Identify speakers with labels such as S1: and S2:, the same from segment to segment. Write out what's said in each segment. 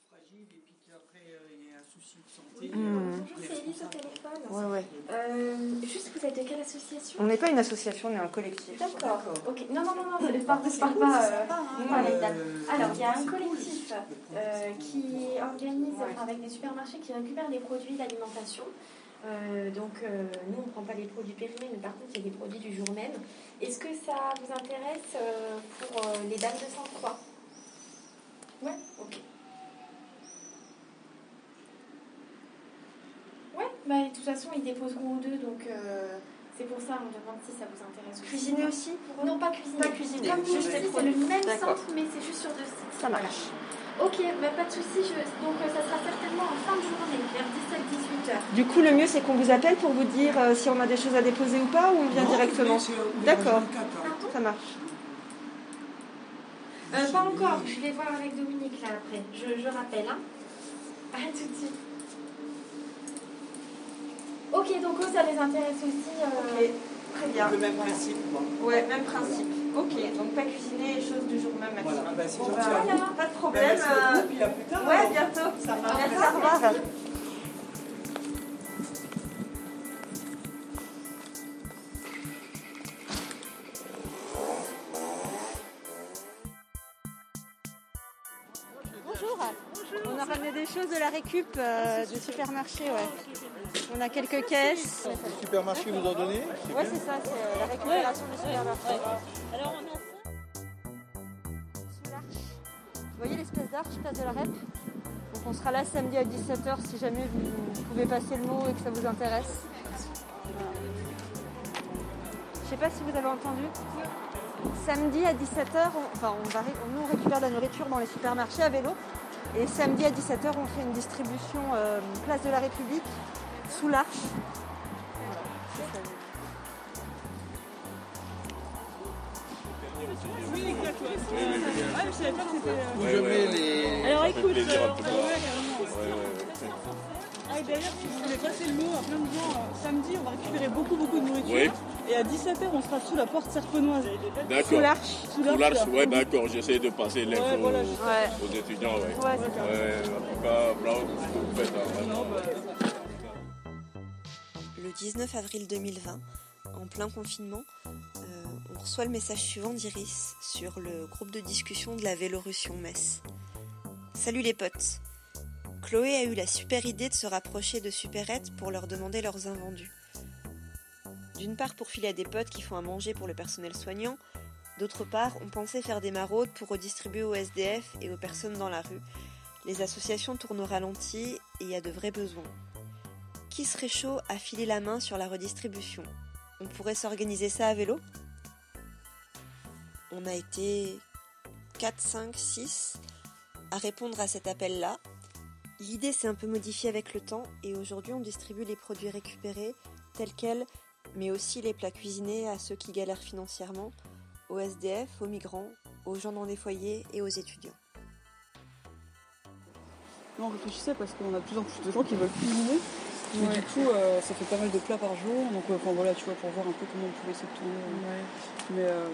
S1: sportive et puis qu'après euh, il y a un souci de santé. euh,
S2: Mmh.
S3: Bonjour, c'est Elise au téléphone.
S2: Ouais, ouais.
S3: Euh, juste, vous êtes de quelle association
S2: On n'est pas une association, on est un collectif.
S3: D'accord. Ok. Non, non, non, non, ne parle ne parle pas. euh, ne parle pas de date. Alors, il y a un collectif euh, qui organise euh, avec des supermarchés qui récupèrent des produits d'alimentation. Euh, donc, euh, nous, on ne prend pas les produits périmés, mais par contre, il y a des produits du jour même. Est-ce que ça vous intéresse euh, pour euh, les dames de 103 Ouais. Ok. Ouais. Bah, de toute façon, ils déposeront aux deux, donc euh, c'est pour ça on demande si ça vous intéresse. aussi.
S2: Cuisiner aussi pour eux
S3: Non, pas cuisiner.
S2: Pas cuisiner,
S3: Comme
S2: juste
S3: vous
S2: les
S3: dites, c'est
S2: produits.
S3: le même
S2: D'accord.
S3: centre, mais c'est juste sur deux sites.
S2: Ça marche.
S3: Ok, bah, pas de souci. je- Donc euh, ça sera certainement en fin de journée, vers 17-18h.
S2: Du coup, le mieux, c'est qu'on vous appelle pour vous dire euh, si on a des choses à déposer ou pas, ou on vient directement. D'accord.
S3: Pardon
S2: Ça marche.
S3: Euh, Pas encore, je vais voir avec Dominique là après. Je, je rappelle. Hein. À tout de suite. Ok, donc eux, ça les intéresse aussi. euh,
S2: Très
S1: Le même principe. quoi.
S2: Ouais, même principe. Ok, donc pas cuisiner les choses du jour même maximum.
S1: Voilà, bah, c'est
S2: Bon,
S1: gentil
S2: bah,
S1: à vous.
S2: pas de
S1: Ben,
S2: problème.
S1: merci
S2: euh,
S1: beaucoup, puis à plus tard.
S2: Ouais,
S1: alors.
S2: bientôt.
S1: Ça marche.
S2: Merci, au revoir. Bonjour. On a ramené des choses de la récup euh, du supermarché, ouais. On a quelques caisses.
S4: Le supermarché vous en donnez
S2: Ouais, c'est ça, c'est euh, la récupération du supermarché.
S5: Alors on a ça.
S2: Sous l'arche. Vous voyez l'espèce d'arche, place de la REP Donc on sera là samedi à 17h si jamais vous pouvez passer le mot et que ça vous intéresse. Voilà. Je sais pas si vous avez entendu. Samedi à 17h, on, enfin on va, ré- nous on récupère de la nourriture dans les supermarchés à vélo. Et samedi à 17h, on fait une distribution euh, place de la République sous l'arche.
S5: Ah, mais je savais pas que c'était. euh,
S4: Où je mets les.
S5: Alors écoute,
S6: plaisir
S5: euh,
S6: un peu
S5: ouais,
S6: de voir.
S5: ouais, carrément, ouais. Ah, et d'ailleurs, si vous voulez passer le mot à plein de gens, euh, samedi, on va récupérer beaucoup, beaucoup de nourriture.
S6: Oui.
S5: Et à 17h, on sera sous la porte serpenoise.
S6: D'accord.
S5: Sous
S6: Pour
S5: l'arche.
S6: l'arche, ouais, d'accord, j'essaie de passer l'info
S5: Ouais, voilà, juste-
S2: Ouais,
S6: aux étudiants, ouais.
S2: ouais, c'est ça.
S6: Ouais, en tout cas, bravo pour ce que vous faites. hein, vraiment.
S7: Le 19 avril 2020, en plein confinement, euh, on reçoit le message suivant d'Iris sur le groupe de discussion de la Vélorussion Metz. Salut les potes Chloé a eu la super idée de se rapprocher de Superette pour leur demander leurs invendus. D'une part pour filer à des potes qui font à manger pour le personnel soignant, d'autre part on pensait faire des maraudes pour redistribuer aux SDF et aux personnes dans la rue. Les associations tournent au ralenti et il y a de vrais besoins. Qui serait chaud à filer la main sur la redistribution On pourrait s'organiser ça à vélo On a été 4, 5, 6 à répondre à cet appel-là. L'idée s'est un peu modifiée avec le temps et aujourd'hui on distribue les produits récupérés tels quels, mais aussi les plats cuisinés à ceux qui galèrent financièrement, aux SDF, aux migrants, aux gens dans des foyers et aux étudiants.
S5: Non, réfléchissez parce qu'on a de plus en plus de gens qui veulent cuisiner. Mais du coup, euh, ça fait pas mal de plats par jour. Donc, euh, enfin, voilà, tu vois, pour voir un peu comment on pouvait essayer de tourner. euh. Mais euh,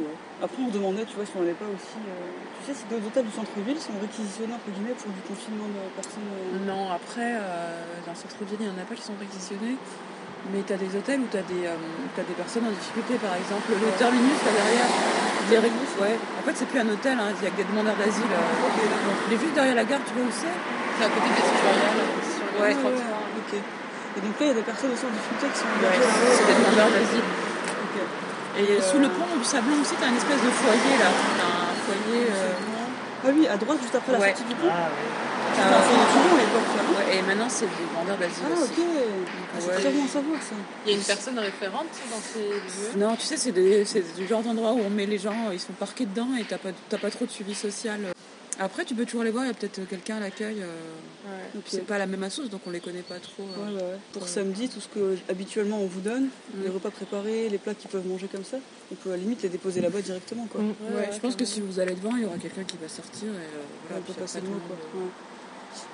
S5: ouais. après, on demandait, tu vois, si on n'allait pas aussi. euh, Tu sais, si d'autres hôtels du centre-ville sont réquisitionnés, entre guillemets, pour du confinement de personnes. euh,
S8: Non, après, euh, dans le centre-ville, il y en a pas qui sont réquisitionnés. Mais tu as des hôtels où tu as, des personnes en difficulté, par exemple. Le terminus, là derrière. Terminus, ouais. En fait, c'est plus un hôtel, hein, il y a que des demandeurs d'asile. euh. Il est juste derrière la gare, tu vois où c'est C'est à côté de la
S5: Ouais,
S8: Ouais,
S5: Ah, ouais, ouais, ok. Et donc là, il y a des personnes aussi en difficulté qui sont bloquées là-haut.
S8: c'est des demandeurs d'asile.
S5: Ok.
S8: Et
S5: euh,
S8: sous le pont du Sablon aussi, tu as une espèce de foyer, là. T'as un foyer. euh,
S5: Ah oui, à droite, juste après la
S8: Ouais.
S5: sortie du pont. C'était
S8: Ah,
S5: un fond d'étudiant à l'époque. là.
S8: ouais, et maintenant, c'est des demandeurs d'asile
S5: hein. Ah,
S8: aussi.
S5: ok. Ah, C'est
S8: Ouais.
S5: très bon à savoir ça.
S9: Il y a une personne référente dans ces lieux.
S8: Non, tu sais, c'est des- c'est du genre d'endroit où on met les gens, ils sont parqués dedans et t'as pas, t'as pas trop de suivi social. Après, tu peux toujours les voir, il y a peut-être quelqu'un à l'accueil. euh,
S5: Ok.
S8: C'est pas la même assoce, donc on les connaît pas trop. euh.
S5: Ouais, bah ouais. Pour
S8: Ouais.
S5: samedi, tout ce que habituellement on vous donne, les
S8: Mm.
S5: repas préparés, les plats qu'ils peuvent manger comme ça, on peut à la limite les déposer là-bas directement. Quoi.
S2: Mm.
S8: Ouais, je pense que si vous allez devant, il y aura quelqu'un qui va sortir et euh,
S5: Ouais, on
S8: voilà,
S5: peut
S8: puis
S5: passer
S8: après,
S5: le mot.
S8: tout
S5: Quoi.
S8: monde,
S5: Ouais.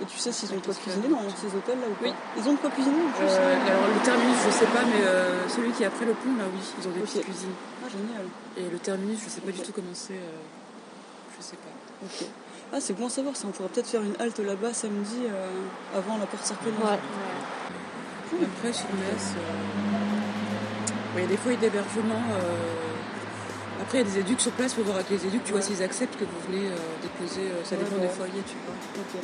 S5: Et tu sais s'ils ont de quoi
S8: Parce que-
S5: cuisiner dans ces hôtels là ou pas
S8: Oui.
S5: Ils ont de quoi cuisiner en
S8: euh,
S5: plus
S8: euh, alors le terminus, je sais pas, mais euh, celui qui est après le pont, là oui, ils ont des
S5: Ok.
S8: petites cuisines.
S5: Ah, génial.
S8: Et le terminus, je sais pas
S5: Ok.
S8: du tout comment c'est. euh, je je sais pas.
S5: Ok. Ah, c'est bon à savoir, ça. On pourrait peut-être faire une halte là-bas samedi euh, avant la porte circulaire.
S2: Ouais.
S8: Après, sur Metz, euh, ouais, il y a des foyers d'hébergement. euh, Après, il y a des éducs sur place, faut voir avec les éducs, tu vois, s'ils acceptent que vous venez euh, déposer. euh, ça
S5: Ouais,
S8: dépend
S5: bah
S8: des
S5: ouais.
S8: foyers, tu vois.
S5: Ok.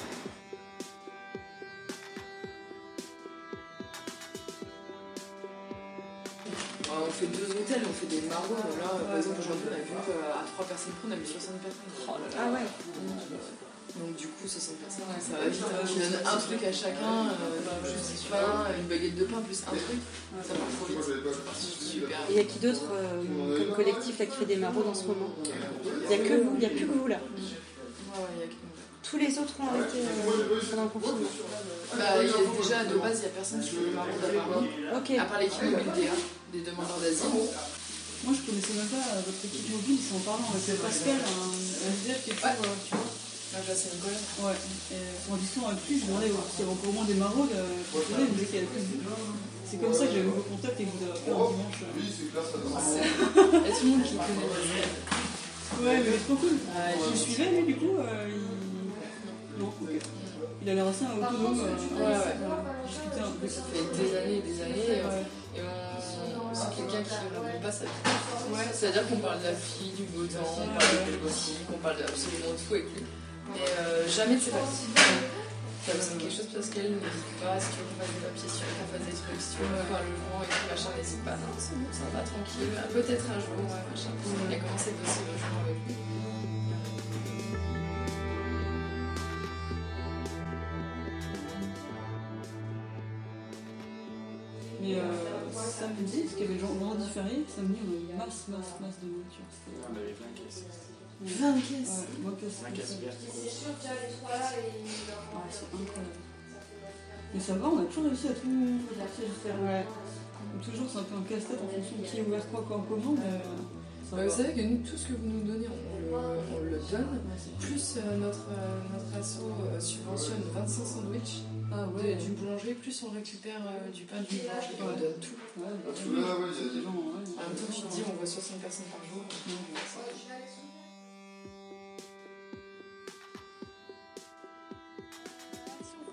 S10: on fait deux hôtels, on fait des maraudes. Là, par exemple, aujourd'hui, on a vu qu'à trois personnes près, on avait 60 personnes.
S8: Ah ouais.
S10: Donc, du coup, 60 personnes, ça va vite. hein. Tu donnes un truc à chacun, euh, juste du pain, une baguette de pain, plus un truc. Ça part trop vite. C'est Super.
S11: Il y a qui d'autre euh, comme collectif là, qui fait des maraudes en ce moment Il n'y a que vous, il n'y a plus que vous là.
S10: Ouais, ouais, il y a que nous.
S11: Tous les autres ont arrêté euh, pendant le confinement.
S10: Bah, il y a- déjà, de base, il n'y a personne qui fait des maraudes à part nous.
S11: Ok,
S10: À part les kinobindéas, des demandeurs d'asile.
S5: Moi, je connaissais même pas euh, votre équipe mobile, c'est en parlant avec Pascal, hein. un, un village qui est fou, euh, tu vois.
S10: Là, là, c'est Nicolas.
S5: Ouais, et en discutant avec lui, je me demandais ouais, s'il y avait encore moins des maraudes. Euh, je me demandais, il me disait qu'il y avait plus de- C'est comme ça que j'avais eu vos contacts et que vous avez fait un dimanche. euh.
S10: Il y a tout le monde qui connaît les gens.
S5: euh. Ouais, mais trop cool. Euh, je le suivais, lui, du coup, euh, il... Non, ok. Il a l'air assez autonome. euh,
S10: Ouais, ouais.
S5: Je discutais un peu.
S10: Ça fait des années et des années. euh, Et on... c'est quelqu'un qui ne raconte pas sa vie. C'est-à-dire qu'on parle de la fille, du beau temps, on parle de politique, on parle d'absolument tout avec lui. Mais euh, jamais de ses papiers. Comme c'est quelque chose parce qu'elle ne dit pas si tu veux qu'on fasse des papiers, si tu veux qu'on fasse des trucs, si tu veux qu'on parle le vent et tout machin, n'hésite pas. Non, c'est bon, ça va tranquille. Ah, Peut-être un jour, ouais, machin. On a commencé de bosser le jour avec lui.
S5: Mais euh, samedi, parce qu'il y avait genre vendredi férié, samedi, on a eu masse, masse, masse de monde, tu vois. C'était- euh,
S4: On avait 20 caisses.
S10: 20 caisses.
S5: Ouais, moi, que ça-
S4: 20 caisses vertes.
S5: Ouais, c'est incroyable. Mais ça va, on a toujours réussi à tout partager. Ouais. Donc, toujours, c'est un peu un casse-tête en fonction de qui a ouvert quoi, quoi, comment, mais euh, ça
S10: Bah,
S5: va.
S10: vous savez que nous, tout ce que vous nous donnez, on, on le donne. Plus euh, notre, euh, notre asso euh, subventionne 25 sandwichs
S5: Ah
S10: de-
S5: ouais,
S10: d'une boulangerie, plus on récupère euh, du pain d'une boulangerie et on donne tout.
S5: ouais, bah, oui, c'est genre, ouais.
S10: En même temps, tu te dis, on voit 60 personnes par jour. euh,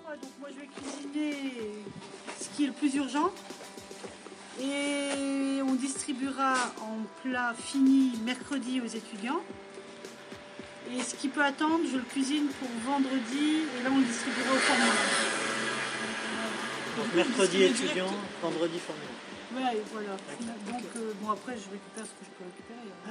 S12: Donc moi je vais cuisiner ce qui est le plus urgent et on distribuera en plat fini mercredi aux étudiants. Et ce qui peut attendre, je le cuisine pour vendredi et là on le distribuera aux familles.
S1: Donc mercredi étudiant, vendredi formé.
S12: Ouais, voilà. Donc euh, bon après je récupère ce que je peux récupérer. hein.
S1: Ah,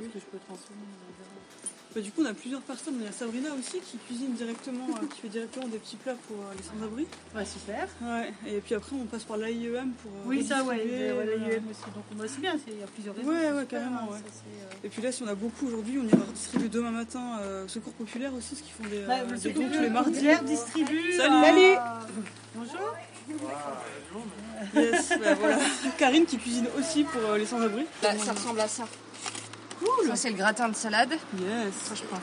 S5: Ouais, que je peux transformer, on verra. Bah, du coup, on a plusieurs personnes. Il y a Sabrina aussi qui cuisine directement, euh, qui fait directement des petits plats pour euh, les sans-abri.
S12: Ouais, super.
S5: Ouais. Et puis après, on passe par l'AIEM pour. euh,
S12: Oui ça ouais, E
S5: redistribuer,
S12: voilà,
S5: euh,
S12: il y a eu aussi. Donc on voit c'est bien, c'est- il y a plusieurs raisons.
S5: Ouais,
S12: c'est
S5: ouais,
S12: super,
S5: carrément,
S12: hein,
S5: ouais.
S12: ça, c'est, euh,
S5: Et puis là, si on a beaucoup aujourd'hui, on ira distribuer demain matin euh, au Secours Populaire aussi, ce qu'ils font des, euh,
S12: Bah,
S5: des
S12: le
S5: dons
S12: secours
S5: tous les mardis.
S12: populaire distribue.
S5: Salut.
S12: à- Bonjour.
S5: Yes, bah, voilà. Karine qui cuisine aussi pour euh, les sans-abri.
S13: Bah, ça ressemble à ça. Cool. Ça c'est le gratin de salade.
S5: Yes.
S13: Ça je prends.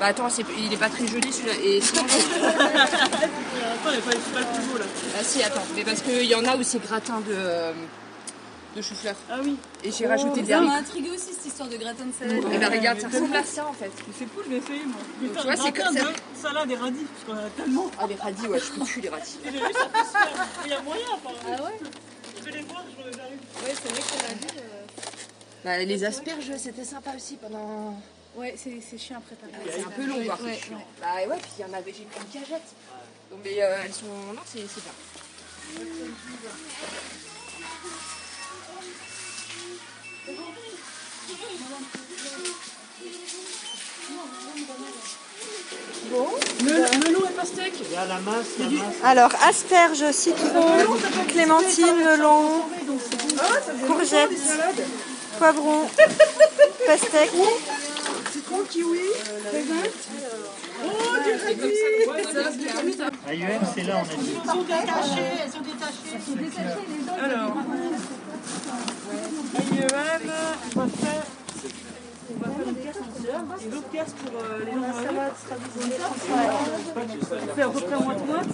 S13: Bah attends, c'est- il est pas très joli celui-là. Et sinon, je-
S5: Attends, il n'y a pas, c'est pas le plus beau là.
S13: ah si attends, mais parce qu'il y en a où c'est gratin de euh, de chou-fleur.
S5: Ah oui.
S13: Et j'ai
S11: Oh,
S13: rajouté des haricots.
S11: intrigué aussi cette histoire de gratin de
S13: Et
S11: salade.
S13: bah regarde, ça ressemble à ça en fait.
S5: Mais C'est cool, je vais essayer moi. Je vais
S13: Donc,
S5: faire
S13: tu vois,
S5: un
S13: c'est
S5: gratin
S13: comme ça.
S5: de salade et radis, parce qu'on en a tellement.
S13: Ah les radis, ouais, je peux tuer les radis.
S5: Et les rues, ça peut se faire. Il y a moyen, apparemment.
S13: Ah ouais
S5: Je vais les voir, je reviens.
S11: Ouais, c'est vrai qu'on a dit.
S13: Bah, les asperges, c'était sympa aussi pendant.
S11: Ouais, c'est c'est chiant à préparer.
S13: C'est un peu long quoi.
S11: Ouais, ouais.
S13: Bah ouais, puis il y en avait, j'ai pris une cagette. Donc mais euh, elles sont. Non, c'est c'est bien.
S12: Melon et pastèque.
S1: Il y a la masse, la masse.
S2: Alors, asperges, citron, clémentine, melon, courgettes, poivrons, pastèques.
S1: À UM, c'est là, on a dit.
S12: Elles sont détachées, elles sont détachées.
S5: Alors, AIEM, on va faire, on va faire une pièce entière et l'autre pièce pour euh, les gens dans la rue. On fait à peu près moins de pointe.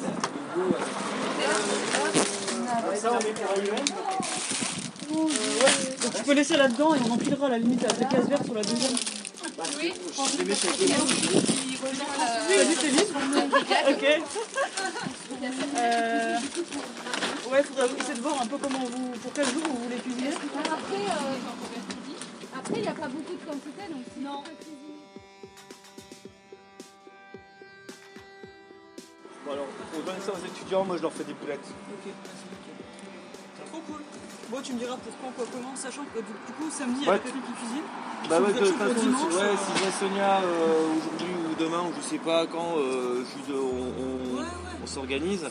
S1: Ça, on est pour AUM.
S5: Donc tu peux laisser là-dedans et on empilera à la limite avec des cases vertes sur la deuxième.
S14: Oui,
S8: Je les mets sur le dos.
S5: Salut Céline Ok. Euh, ouais, faudra essayer de voir un peu comment vous. pour quel jour vous voulez cuisiner.
S15: Après, euh, après, il n'y a pas beaucoup de quantité, donc sinon.
S8: Bon, alors, on donne ça aux étudiants, moi je leur fais des boulettes.
S5: Ok. Trop cool. Bon, tu me diras pourquoi, quoi, comment, sachant que du, du coup, samedi, il y a
S8: Ouais.
S5: quelqu'un qui cuisine.
S8: Bah
S5: Faut
S8: ouais, de
S5: faire chaud
S8: toute
S5: pour
S8: façon,
S5: dimanche,
S8: si, ouais,
S5: euh,
S8: si j'ai Sonia euh, aujourd'hui ou demain, ou je sais pas quand, euh, je lui- on, on- on s'organise.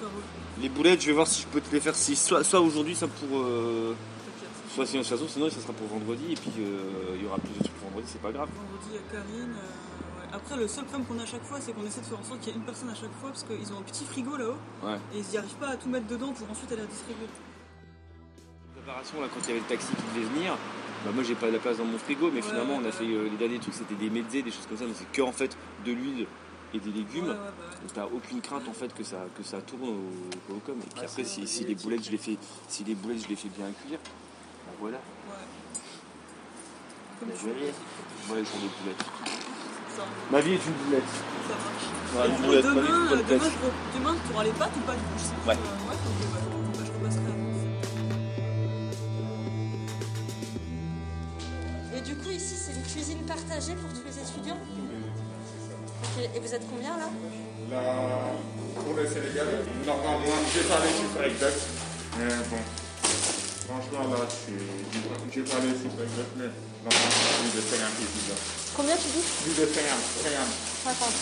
S8: Les boulettes, je vais voir si je peux te les faire, si, soit, soit aujourd'hui, soit pour... euh, soit sinon, de toute façon, sinon ça sera pour vendredi, et puis euh, il y aura plus de trucs vendredi, c'est pas grave.
S5: Vendredi, il y a Karine. euh, ouais. Après, le seul problème qu'on a à chaque fois, c'est qu'on essaie de faire en sorte qu'il y ait une personne à chaque fois, parce qu'ils ont un petit frigo là-haut,
S8: Ouais.
S5: et ils n'y arrivent pas à tout mettre dedans pour ensuite aller la distribuer.
S8: préparation, là, quand il y avait le taxi qui devait venir, bah, moi j'ai pas de la place dans mon frigo,
S5: Ouais,
S8: mais finalement
S5: ouais,
S8: on a
S5: ouais.
S8: fait euh, les derniers trucs, c'était des mezzés, des choses comme ça, donc c'est que en fait de l'huile et des légumes.
S5: Ouais, ouais, bah
S8: Donc t'as aucune crainte en fait que ça, que ça tourne au, au com. Et puis après, si, si les boulettes, je les fais, si les boulettes, je les fais bien cuire, bah voilà.
S5: Comme
S8: Bah,
S5: tu
S8: je vais
S5: veux.
S8: aller. Moi, je fais des boulettes.
S5: Ça,
S8: Ma vie est une boulette.
S5: ça marche.
S8: Ouais,
S5: Bon,
S8: une boulette,
S5: demain,
S8: pas une
S5: euh,
S8: boulette.
S5: demain, je re- demain, tu auras les pâtes ou pas du coup, je sais plus,
S8: Ouais.
S5: euh, ouais, donc, bah, je- bah, je repasserai
S16: Et du coup, ici, c'est une cuisine partagée pour tous les étudiants Ok, Et vous êtes combien là
S17: Là, pour le Sénégal, normalement, j'ai pas les chiffres exacts, mais bon, franchement, là, c'est- j'ai pas les chiffres exacts, mais normalement, plus de 50 étudiants.
S18: Combien tu dis
S17: Plus de 50, 50.
S18: 50.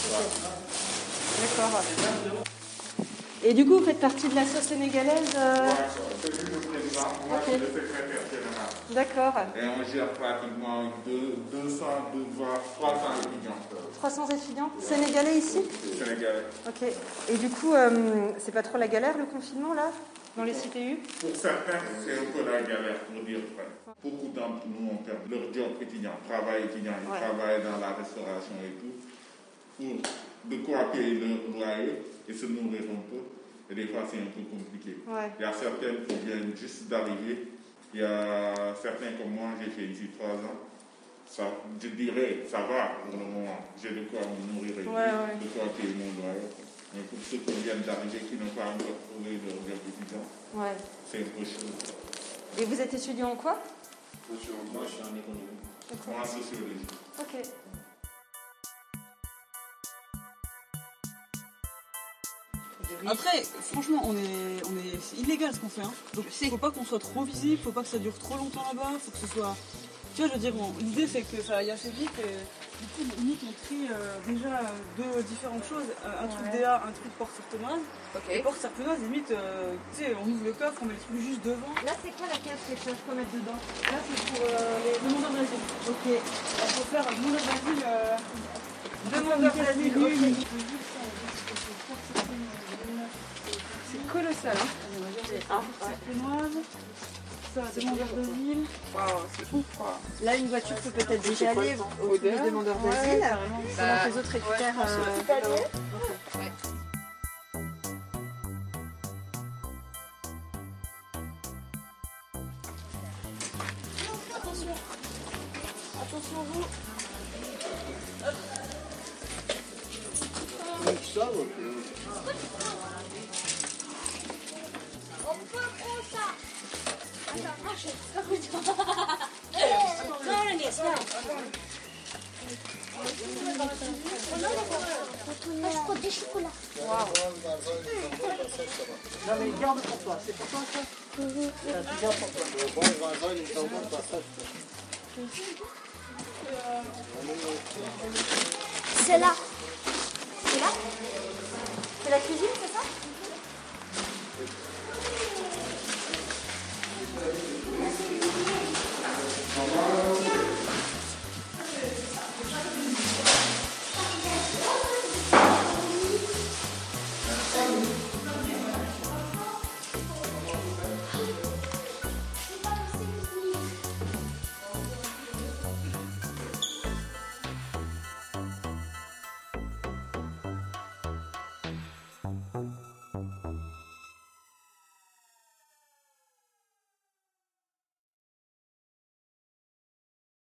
S2: D'accord. Et du coup, vous faites partie de l'asso sénégalaise euh,
S17: C'est lui le président, moi, je suis le secrétaire général.
S2: D'accord.
S17: Et on gère pratiquement deux- 200, deux- voire 300 étudiants.
S2: 300 étudiants sénégalais ici
S17: Sénégalais.
S2: Ok. Et du coup, euh, c'est pas trop la galère le confinement là Dans les CPU
S17: Pour certains, c'est un peu la galère, pour dire vrai. Beaucoup d'entre nous ont perdu leur job étudiant, travail étudiant, ils
S2: Ouais.
S17: travaillent dans la restauration et tout, pour de quoi payer leur loyer et se nourrir un peu. Et des fois, c'est un peu compliqué.
S2: Ouais.
S17: Il y a certaines qui viennent juste d'arriver. Il y a certains comme moi, j'ai fait ici trois ans. Ça, je dirais, ça va pour le moment. J'ai de quoi me nourrir
S2: Ouais,
S17: et tout,
S2: ouais.
S17: de quoi payer mon loyer. Mais pour ceux qui viennent d'arriver, qui n'ont pas encore trouvé leur job étudiant,
S2: Ouais.
S17: c'est un peu chaud.
S2: Et vous êtes étudiant en quoi
S17: Moi, je suis en économie. Moi, en sociologie.
S2: Ok.
S5: Après, franchement, on est, on est c'est illégal ce qu'on fait. Hein. Donc, faut pas qu'on soit trop visible, faut pas que ça dure trop longtemps là-bas, faut que ce soit. Tu vois, je veux dire, on- l'idée c'est que ça aille assez vite. Et, du coup, Nick, on trie euh, déjà euh, deux différentes choses euh, un truc
S2: Ouais.
S5: DA, un truc porte sartenoise. Et porte sartenoise, limite, euh, tu sais, on ouvre le coffre, on met les trucs juste devant.
S2: Là, c'est quoi la case que je peux mettre dedans
S5: Là, c'est pour euh, les demandeurs d'asile. Ok. Il faut faire demandeur d'asile. euh,
S2: Demandeur d'asile,
S5: Oui, oui,
S2: ok.
S5: oui.
S2: C'est colossal. Hein.
S5: Ça, demandeur d'asile.
S2: c'est fou quoi. Là, une voiture peut peut-être déjà aller aux aux
S5: Odeur.
S2: demandeurs
S5: Ouais,
S2: d'asile.
S5: carrément.
S2: Pendant
S5: Bah,
S2: que les autres récupèrent.
S5: ouais, je pense
S2: euh,
S5: que c'est pas
S2: leur-
S5: bien.
S2: Ok.
S3: Attention. Attention vous. On peut prendre ça. Attends, je prends des chocolats.
S19: Non, mais garde pour toi, c'est pour toi ça Tu gardes pour toi.
S3: C'est là. C'est là C'est la cuisine, c'est ça